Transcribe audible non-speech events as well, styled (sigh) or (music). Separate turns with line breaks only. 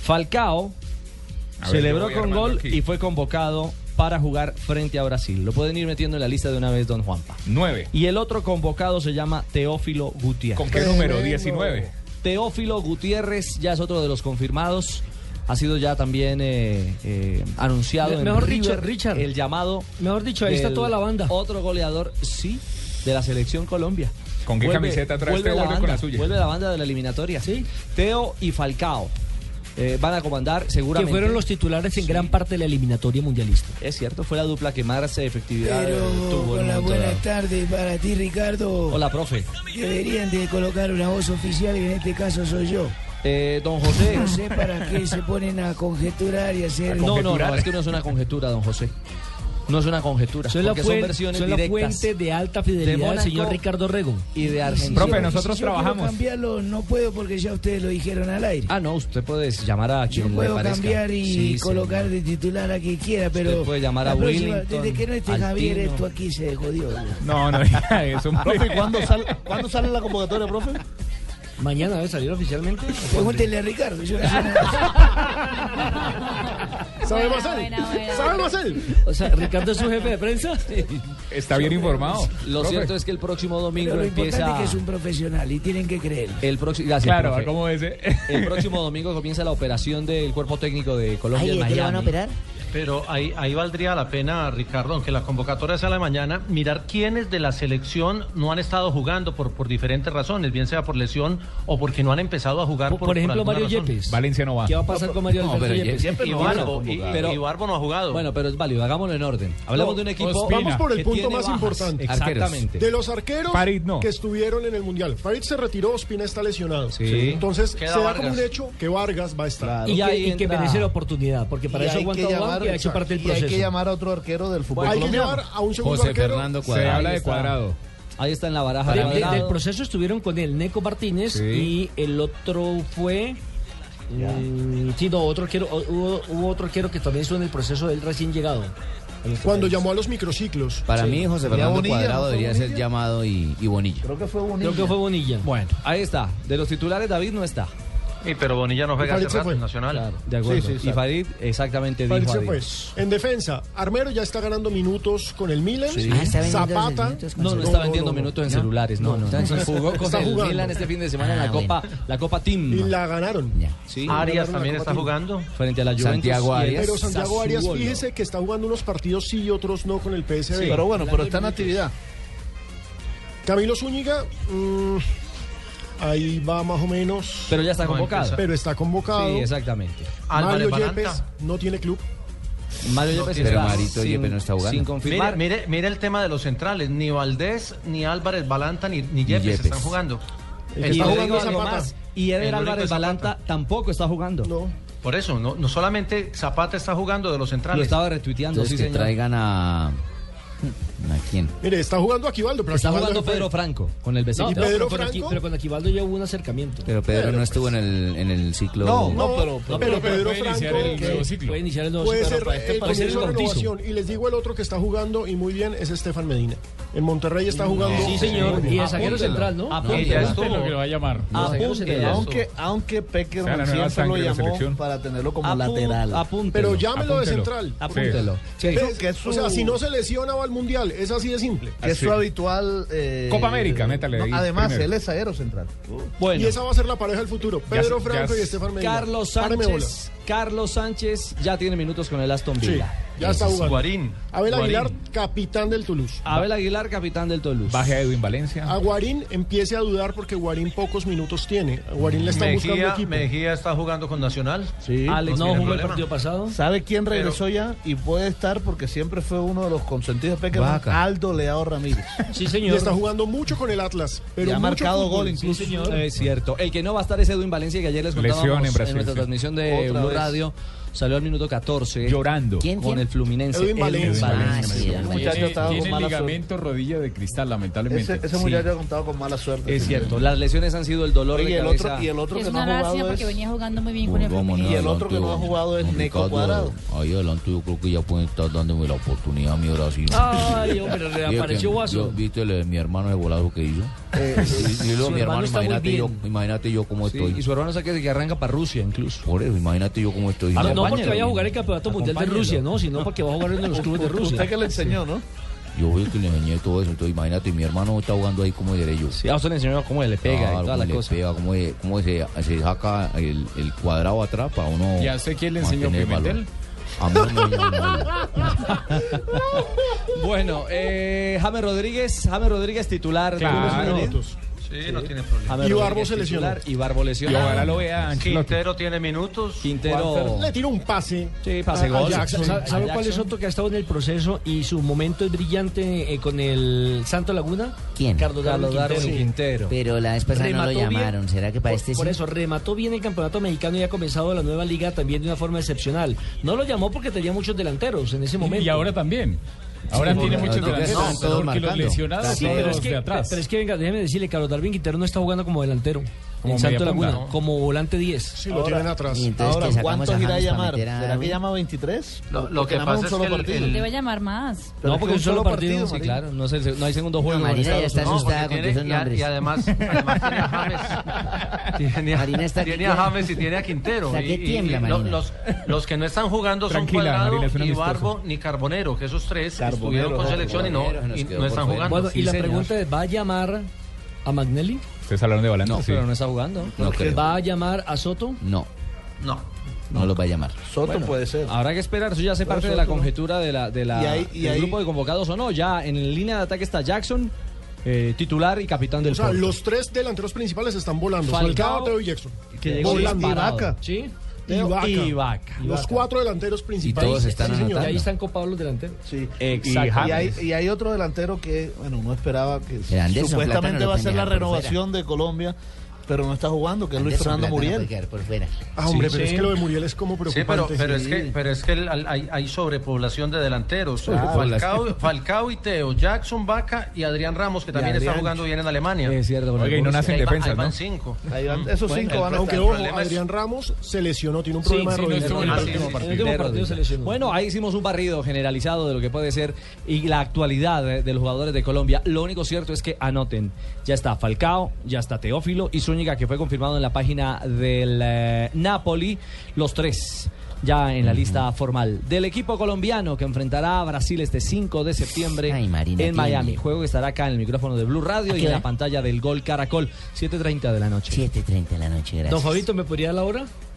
Falcao
A ver, yo
celebró
voy
con
armando
gol
aquí.
y fue convocado para jugar frente a Brasil. Lo pueden ir metiendo en la lista de una vez, don Juanpa.
9.
Y el otro convocado se llama Teófilo Gutiérrez.
¿Con qué número? 19.
Teófilo Gutiérrez ya es otro de los confirmados. Ha sido ya también eh, eh, anunciado
Me-
en
mejor
River
dicho, Richard.
el llamado.
Mejor dicho, ahí está
del
toda la banda.
Otro goleador, sí, de la selección Colombia.
¿Con qué camiseta trae este
vuelve
vuelve con
banda,
la suya?
Vuelve la banda de la eliminatoria.
Sí.
Teo y Falcao eh, van a comandar
Que
seguramente.
fueron los titulares en
Sí.
gran parte de la eliminatoria mundialista.
Es cierto, fue la dupla que más efectividad eh,
Pero
tuvo. en un
hola,
momento dado.
buenas tardes para ti Ricardo.
Hola, profe.
Deberían de colocar una voz oficial y en este caso soy yo.
Eh, don José.
No sé para qué se ponen a conjeturar y hacer...
No, no,
Conjeturar.
no, es que no es una conjetura, don José. No es una conjetura,
Son la,
porque son
fuen-
versiones
son la
directas
fuente de alta fidelidad
De Mónaco.
del señor Ricardo Rego.
y de
Sí,
Argentina.
Profe,
sí,
nosotros
si yo quiero
trabajamos.
cambiarlo no puedo porque ya ustedes lo dijeron al aire.
Ah, no, usted puede llamar a
Yo
quien le
puedo
parezca.
cambiar y
Sí,
colocar
señor.
de titular a quien quiera, pero...
Usted puede llamar a
la próxima-
Willington,
Desde que no esté
al
Javier,
Tino.
esto aquí se jodió.
No, (laughs) no diga eso.
Profe,
hombre.
¿y ¿cuándo, sal- ¿cuándo sale la convocatoria, profe?
Mañana debe salir oficialmente. Pues,
Pregúntenle a Ricardo.
(laughs)
Yo no sé nada.
¿Sabemos
Buena,
él?
buena, buena,
¿Sabemos él?
O sea, Ricardo es su jefe
(laughs)
de prensa.
Está bien informado.
Lo
profe.
cierto es que el próximo domingo
Pero lo importante
empieza
es que es un profesional y tienen que creer.
el próximo gracias,
Claro,
profe. Eh,
¿cómo eh? ese?
El próximo domingo comienza la operación del cuerpo técnico de Colombia
Ay,
en
¿de qué
Miami.
lo van a operar?
Pero ahí, ahí valdría la pena, Ricardo, aunque la convocatoria sea la de mañana, mirar quiénes de la selección no han estado jugando por, por diferentes razones, bien sea por lesión o porque no han empezado a jugar
Por,
por,
por ejemplo, Mario
Yepes.
(laughs)
Yepes.
Valencia no va.
¿Qué va a pasar con Mario Alberto Yepes?
Y
no
van a
Barbo, y,
convocar.
pero, y Barbo no ha jugado.
Bueno, pero es válido, hagámoslo en orden. Hablamos
No,
de un equipo
Ospina.
Vamos por el
que
punto
tiene
más
bajas.
importante.
Exactamente.
De los arqueros
Farid no.
que estuvieron en el Mundial. Farid se retiró, Ospina está lesionado.
Sí.
Entonces,
Queda
se da
Vargas.
como un hecho que Vargas va a estar.
Y,
Y ahí
que, y que
entra-
merece la oportunidad, porque para
Y
eso
hay
aguanta
que
Obama,
llamar-
que ha hecho parte del
y hay
proceso.
que llamar a otro arquero del fútbol
Hay que
colombiano.
llevar a un segundo
José
arquero.
Fernando
Se
Cuadrado.
habla de cuadrado.
Ahí está en la baraja
De- de-
Cuadrado.
del proceso estuvieron con el Neco Martínez
Sí.
y el otro fue. mm, sí, no, otro arquero, o- hubo, hubo otro arquero que también estuvo en el proceso del recién llegado. a nuestro
Cuando
país.
llamó a los microciclos.
Para mí, José
¿Y a
Fernando
Bonilla?
Cuadrado
¿No fue
debería ser
Bonilla?
llamado y, y Bonilla.
Creo que fue un
Creo que fue Bonilla.
Bueno, ahí está. De los titulares David no está.
Y pero Bonilla no juega
Farid
hace
se
rato
fue.
en Nacional.
De acuerdo.
Sí, sí,
y
exacto.
Farid exactamente
Farid
dijo
se
adiós.
fue. En defensa, Armero ya está ganando minutos con el Milan.
Ah, está vendiendo los
Zapata.
minutos con
No, no está vendiendo minutos en celulares, no, no.
No,
no. Jugó con
Está
el
jugando.
Milan este fin de semana en la
Ah,
Copa, la Copa
Y
Team.
la ganaron.
Sí,
Arias
ganaron la
también
Copa
está
Team.
jugando.
frente a la Juventus.
Santiago
y el
Arias.
Pero Santiago Arias,
Sassuolo.
fíjese que está jugando unos partidos sí y otros no con el PSV.
Pero bueno, pero está en actividad.
Camilo Zúñiga, mm, ahí va más o menos,
Pero ya está
No,
convocado.
empezó.
pero está convocado.
Sí, exactamente.
Álvarez
Mario
Balanta.
Yepes no tiene club.
Mario Yepes
tiene
está
nada. Marito
sin-
Yepes no está jugando.
Sin
Mire,
confirmar.
mire, mire el tema de los centrales. Ni Valdés, ni Álvarez Balanta, ni, ni Yepes,
Yepes.
están jugando.
El que
Y
está
le
jugando
digo
es
algo
Zapata.
más. Y Eder
El único
Álvarez
es Zapata.
Balanta tampoco está jugando.
No.
Por eso, no, no solamente Zapata está jugando de los
Lo
centrales.
estaba retuiteando,
Entonces
sí,
que
señor.
traigan a... ¿A quién?
Mire, está jugando Aquivaldo, pero
Está
Aquivaldo
jugando
fue.
Pedro Franco con el
No,
vecino.
¿Y
pero,
Pedro
con Aquí-
Franco?
pero con Aquivaldo ya hubo un acercamiento.
Pero Pedro no estuvo en el, en el ciclo...
No, no,
No,
pero,
pero,
pero
Pedro
puede iniciar
Franco
el nuevo ciclo.
Puede iniciar el nuevo
puede
ciclo,
ser
pero para este
el
parece
comienzo de
el bautizo.
renovación. Y les digo el otro que está jugando y muy bien es Estefan Medina. En Monterrey está jugando.
Sí, señor. Y el zaguero central, ¿no?
Y ya estuvo.
lo va a llamar.
Apúntelo.
Eso.
aunque, aunque Peckerman
Sea la nueva
siempre lo
sangre de la
llamó
selección. Ah,
para tenerlo como
Apu-
lateral.
Apúntelo.
Pero llámelo de
Apúntelo.
central.
Apúntelo.
Sí.
Pues,
Que es su-
O sea, si no se lesiona va al mundial. Es así de simple.
que es su habitual. eh,
Copa América, métale ahí
además,
primero.
él es aero central.
Bueno.
Y esa va a ser la pareja del futuro.
Ya
Pedro
se- ya
Franco y
se-
Estefan Medina.
Carlos
Páreme bola.
Sánchez, Carlos Sánchez ya tiene minutos con el Aston
Sí,
Villa.
ya está jugando.
Guarín.
Abel
Guarín.
Aguilar, capitán del Toulouse.
Abel Aguilar, capitán del Toulouse.
Baje a Edwin Valencia.
A Guarín empiece a dudar porque Guarín pocos minutos tiene. A Guarín le están buscando
Mejía,
equipo.
Mejía está jugando con Nacional.
Sí.
Alex
No
no
tiene
jugó el
problema.
partido pasado.
¿Sabe quién
Pero-
regresó ya? Y puede estar porque siempre fue uno de los consentidos de Peckerman,
Vaca.
Aldo Leao (laughs) Ramírez.
Sí,
Y
señor.
está jugando mucho con el Atlas. Pero
Y ha
mucho
marcado
fútbol.
gol incluso.
Sí, señor.
Es cierto. El que no va a estar es Edwin Valencia, que ayer les contábamos
Lesión en
en,
Brasil,
nuestra
sí.
transmisión de
Otra
Blue
vez.
Radio. Salió al minuto 14
Llorando.
¿Quién?
con el Fluminense.
Edwin Valencia.
Ah, sí,
Ese
Álvarez.
muchacho estaba con mala suerte.
rodilla de cristal, lamentablemente.
Ese, ese muchacho ha contado con mala suerte.
Es cierto. Las lesiones han sido el dolor
Oye, y
de
el
cabeza.
otro, y el otro
Es
que
una
no ha
lástima
jugado
porque
es...
venía jugando muy bien con el
Vámonos,
Fluminense.
Y el otro que no ha jugado es
don
Neco
Ricardo,
Cuadrado.
Ahí adelante yo creo que ya pueden estar dándome la oportunidad a mi oración.
Ah, Ay, hombre, reapareció
Vio que-
Guaso.
vio- ¿Viste el de mi hermano de volado que hizo?
Eh,
Y, y luego
Su
mi
hermano
hermano,
está muy
imagínate yo,
bien.
imagínate yo cómo
Sí,
estoy.
y su hermano saque de que arranca para Rusia incluso.
Por eso, imagínate yo cómo estoy.
Ah, no, no
Acompáñelo.
porque vaya a
eh.
jugar el Campeonato Mundial de
Acompáñelo.
Rusia, no, sino porque va a jugar en los
(laughs)
clubes de
Usted
Rusia.
que le enseñó, ¿no?
Yo fui el que le enseñé todo eso, entonces imagínate, mi hermano está jugando ahí como derecho.
Sí, a usted le enseñó cómo le pega y toda la cosa.
cómo, le- cómo se, se saca el, el cuadrado atrás para uno.
¿Y a usted quién le enseñó,
mantener el balón.
Pimentel?
A mí no me enseñó nadie.
Bueno, eh, James Rodríguez, James Rodríguez titular.
Claro.
de Lunes a Viernes.
minutos.
Sí, no tiene
Ah,
problema.
James
Y Barbo
Rodríguez
se lesionó.
titular, Y Barbo
Y
lesionado.
ojalá lo vea Ancelotti.
Quintero tiene minutos.
Quintero.
Le tiró un pase.
Sí, pase
a- a
gol.
Jackson.
Sí.
¿Sabe- ¿Sabe cuál es
Jackson.
otro que ha estado en el proceso y su momento es brillante eh, con el Santo Laguna?
¿Quién?
Carlos
Carlos
Darwin
Darwin
Quintero.
Quintero.
Pero la vez pasada no lo
Remató bien.
llamaron, ¿será que para
Por,
este
por
sí?
eso remató bien el campeonato mexicano y ha comenzado la nueva liga también de una forma excepcional. No lo llamó porque tenía muchos delanteros en ese momento.
Y ahora también. Ahora tiene muchos
ahorita están
delanteros.
todos
porque los
marcando.
lesionados
Sí,
son
pero
los
es, que,
de atrás.
pero es que, venga, déjeme decirle, Carlos Darwin Quintero no está jugando como delantero
Como
en Santo
media punta,
Laguna,
¿no?
como volante 10.
Sí, lo tienen atrás.
Y entonces
Ahora,
que sacamos
¿cuántos
a
irá a
James para
llamar?
meter a...
¿Será que llama 23?
Lo- lo
Porque
que
nada más
pasa
un
es
solo
que el-
partido.
el-
Le va a llamar más.
Pero
No, porque un solo partido. Sí,
Marín.
claro, no, es el- no hay segundo juego.
No,
en
Marina ya
Estados
está
Unidos.
asustada
porque
con
tiene-
esos
y a-
nombres.
Y además, además
(laughs)
tiene a James. Tiene a,
Marina está aquí
tiene a
que-
James y tiene a Quintero.
Está
Y-
que
y-
tiembla,
y
Marina.
lo- los, los que no están jugando son
Tranquila,
Cuadrado,
Marina, es un
ni
amistoso.
Barbo, ni Carbonero, que esos tres
Carbonero,
estuvieron con
ojo,
selección y
Carbonero,
no,
nos
y
quedó
no
por
están
fuera.
jugando.
Bueno,
sí,
y la
señor.
pregunta es, ¿va a llamar a Magnelli?
Ustedes hablaron de Valencia.
No,
sí.
Pero no está jugando.
No creo.
¿Va a llamar a Soto?
No,
No.
no los va a llamar.
Soto puede ser.
Ah,
Habrá que esperar, eso ya hace parte de la conjetura de la, de la-
Y ahí- y
del
ahí-
grupo de convocados o no. Ya en línea de ataque está Jackson, eh, titular y capitán del
O sea,
Porto.
los tres delanteros principales están volando.
Falcao,
Falcao, Teo y Jackson.
que llegó
volando.
disparado.
Sí.
Y Vaca.
Y Vaca.
Los cuatro delanteros principales.
todos están
Sí, señor.
Y
anotando.
ahí
Claro.
están copados los delanteros.
Sí.
Exacto.
Y hay, y hay otro delantero que, bueno, no esperaba que
El Anderson Plata
supuestamente
no lo
va a ser
tenía
la
por
renovación de Colombia, pero no está jugando, que es Luis
Anderson
Fernando
Plata no puede
Muriel.
quedar por fuera.
Ah, hombre,
Sí,
pero
sí.
es que lo de Muriel es como
Sí, pero,
preocupante.
pero es
sí.
que, pero es que el- al- hay, hay sobrepoblación de delanteros. Falcao, (laughs) Falcao y Teo, Jackson Vaca y Adrián Ramos, que también está
Adrián.
jugando bien en Alemania.
Es cierto, con el
Oiga, y no
Borussia.
nacen
Ahí va-
defensas,
ahí van
¿no?
cinco.
Ahí van, esos cinco van a
Aunque
estar.
ojo,
problema es-
Adrián Ramos se lesionó, tiene un
Sí,
problema
sí,
de
no
rodilla.
estuvo
en el
Ah,
último
sí, sí.
partido.
El último
de
partido
Rodríguez.
se lesionó.
Bueno, ahí hicimos un barrido generalizado de lo que puede ser y la actualidad eh, de los jugadores de Colombia. Lo único cierto es que anoten, ya está Falcao, ya está Teófilo y Zúñiga, que fue confirmado en la página del eh, Napoli, los tres ya en la lista formal del equipo colombiano que enfrentará a Brasil este 5 de septiembre
Ay, Marina,
en
tiene.
Miami. Juego que estará acá en el micrófono de Blue Radio
¿A
y
qué
en la
hora?
pantalla del Gol Caracol, 7.30 de la noche.
7.30 de la noche, gracias.
Don Fabito, ¿me podría dar la hora?